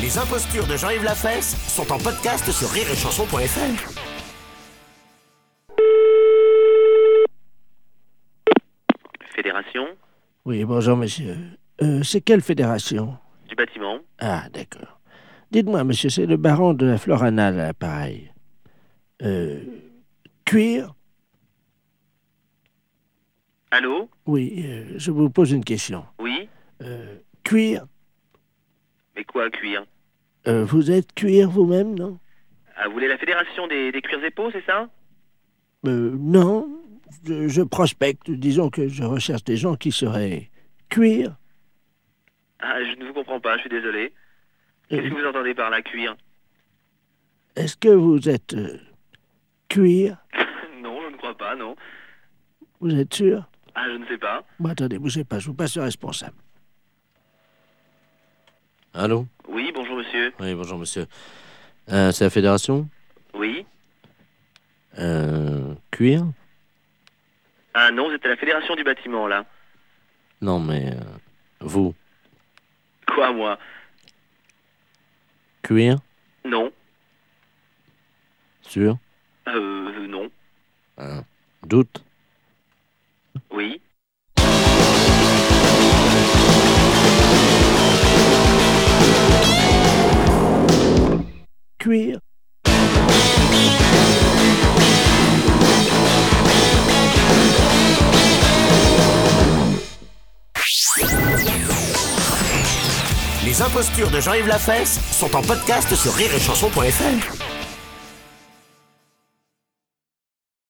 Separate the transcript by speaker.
Speaker 1: Les impostures de Jean-Yves Lafesse sont en podcast sur rire et chanson.fr.
Speaker 2: Fédération
Speaker 3: Oui, bonjour, monsieur. Euh, c'est quelle fédération
Speaker 2: du bâtiment.
Speaker 3: Ah, d'accord. Dites-moi, monsieur, c'est le baron de la Florana, à l'appareil. Euh, cuir
Speaker 2: Allô
Speaker 3: Oui, euh, je vous pose une question.
Speaker 2: Oui
Speaker 3: Euh, cuir
Speaker 2: Mais quoi, cuir
Speaker 3: Euh, Vous êtes cuir vous-même, non
Speaker 2: Ah, vous voulez la fédération des, des cuirs et peaux, c'est ça
Speaker 3: Euh, Non, je, je prospecte. Disons que je recherche des gens qui seraient cuir.
Speaker 2: Ah, je ne vous comprends pas, je suis désolé. Qu'est-ce
Speaker 3: Euh,
Speaker 2: que vous entendez par là, cuir
Speaker 3: Est-ce que vous êtes euh, cuir
Speaker 2: Non, je ne crois pas, non.
Speaker 3: Vous êtes sûr
Speaker 2: Ah, je ne sais pas.
Speaker 3: Bon, attendez, bougez pas, je vous passe le responsable.
Speaker 4: Allô
Speaker 2: Oui, bonjour, monsieur.
Speaker 4: Oui, bonjour monsieur. Euh, c'est la fédération
Speaker 2: Oui
Speaker 4: euh, Cuir
Speaker 2: Ah non, vous êtes à la fédération du bâtiment, là.
Speaker 4: Non, mais euh, vous,
Speaker 2: Quoi, moi
Speaker 4: cuir
Speaker 2: Non.
Speaker 4: Sûr
Speaker 2: Euh, non.
Speaker 4: Hein. Doute
Speaker 2: Oui
Speaker 3: Cuir
Speaker 1: Les impostures de Jean-Yves Lafesse sont en podcast sur rire et chanson.fr.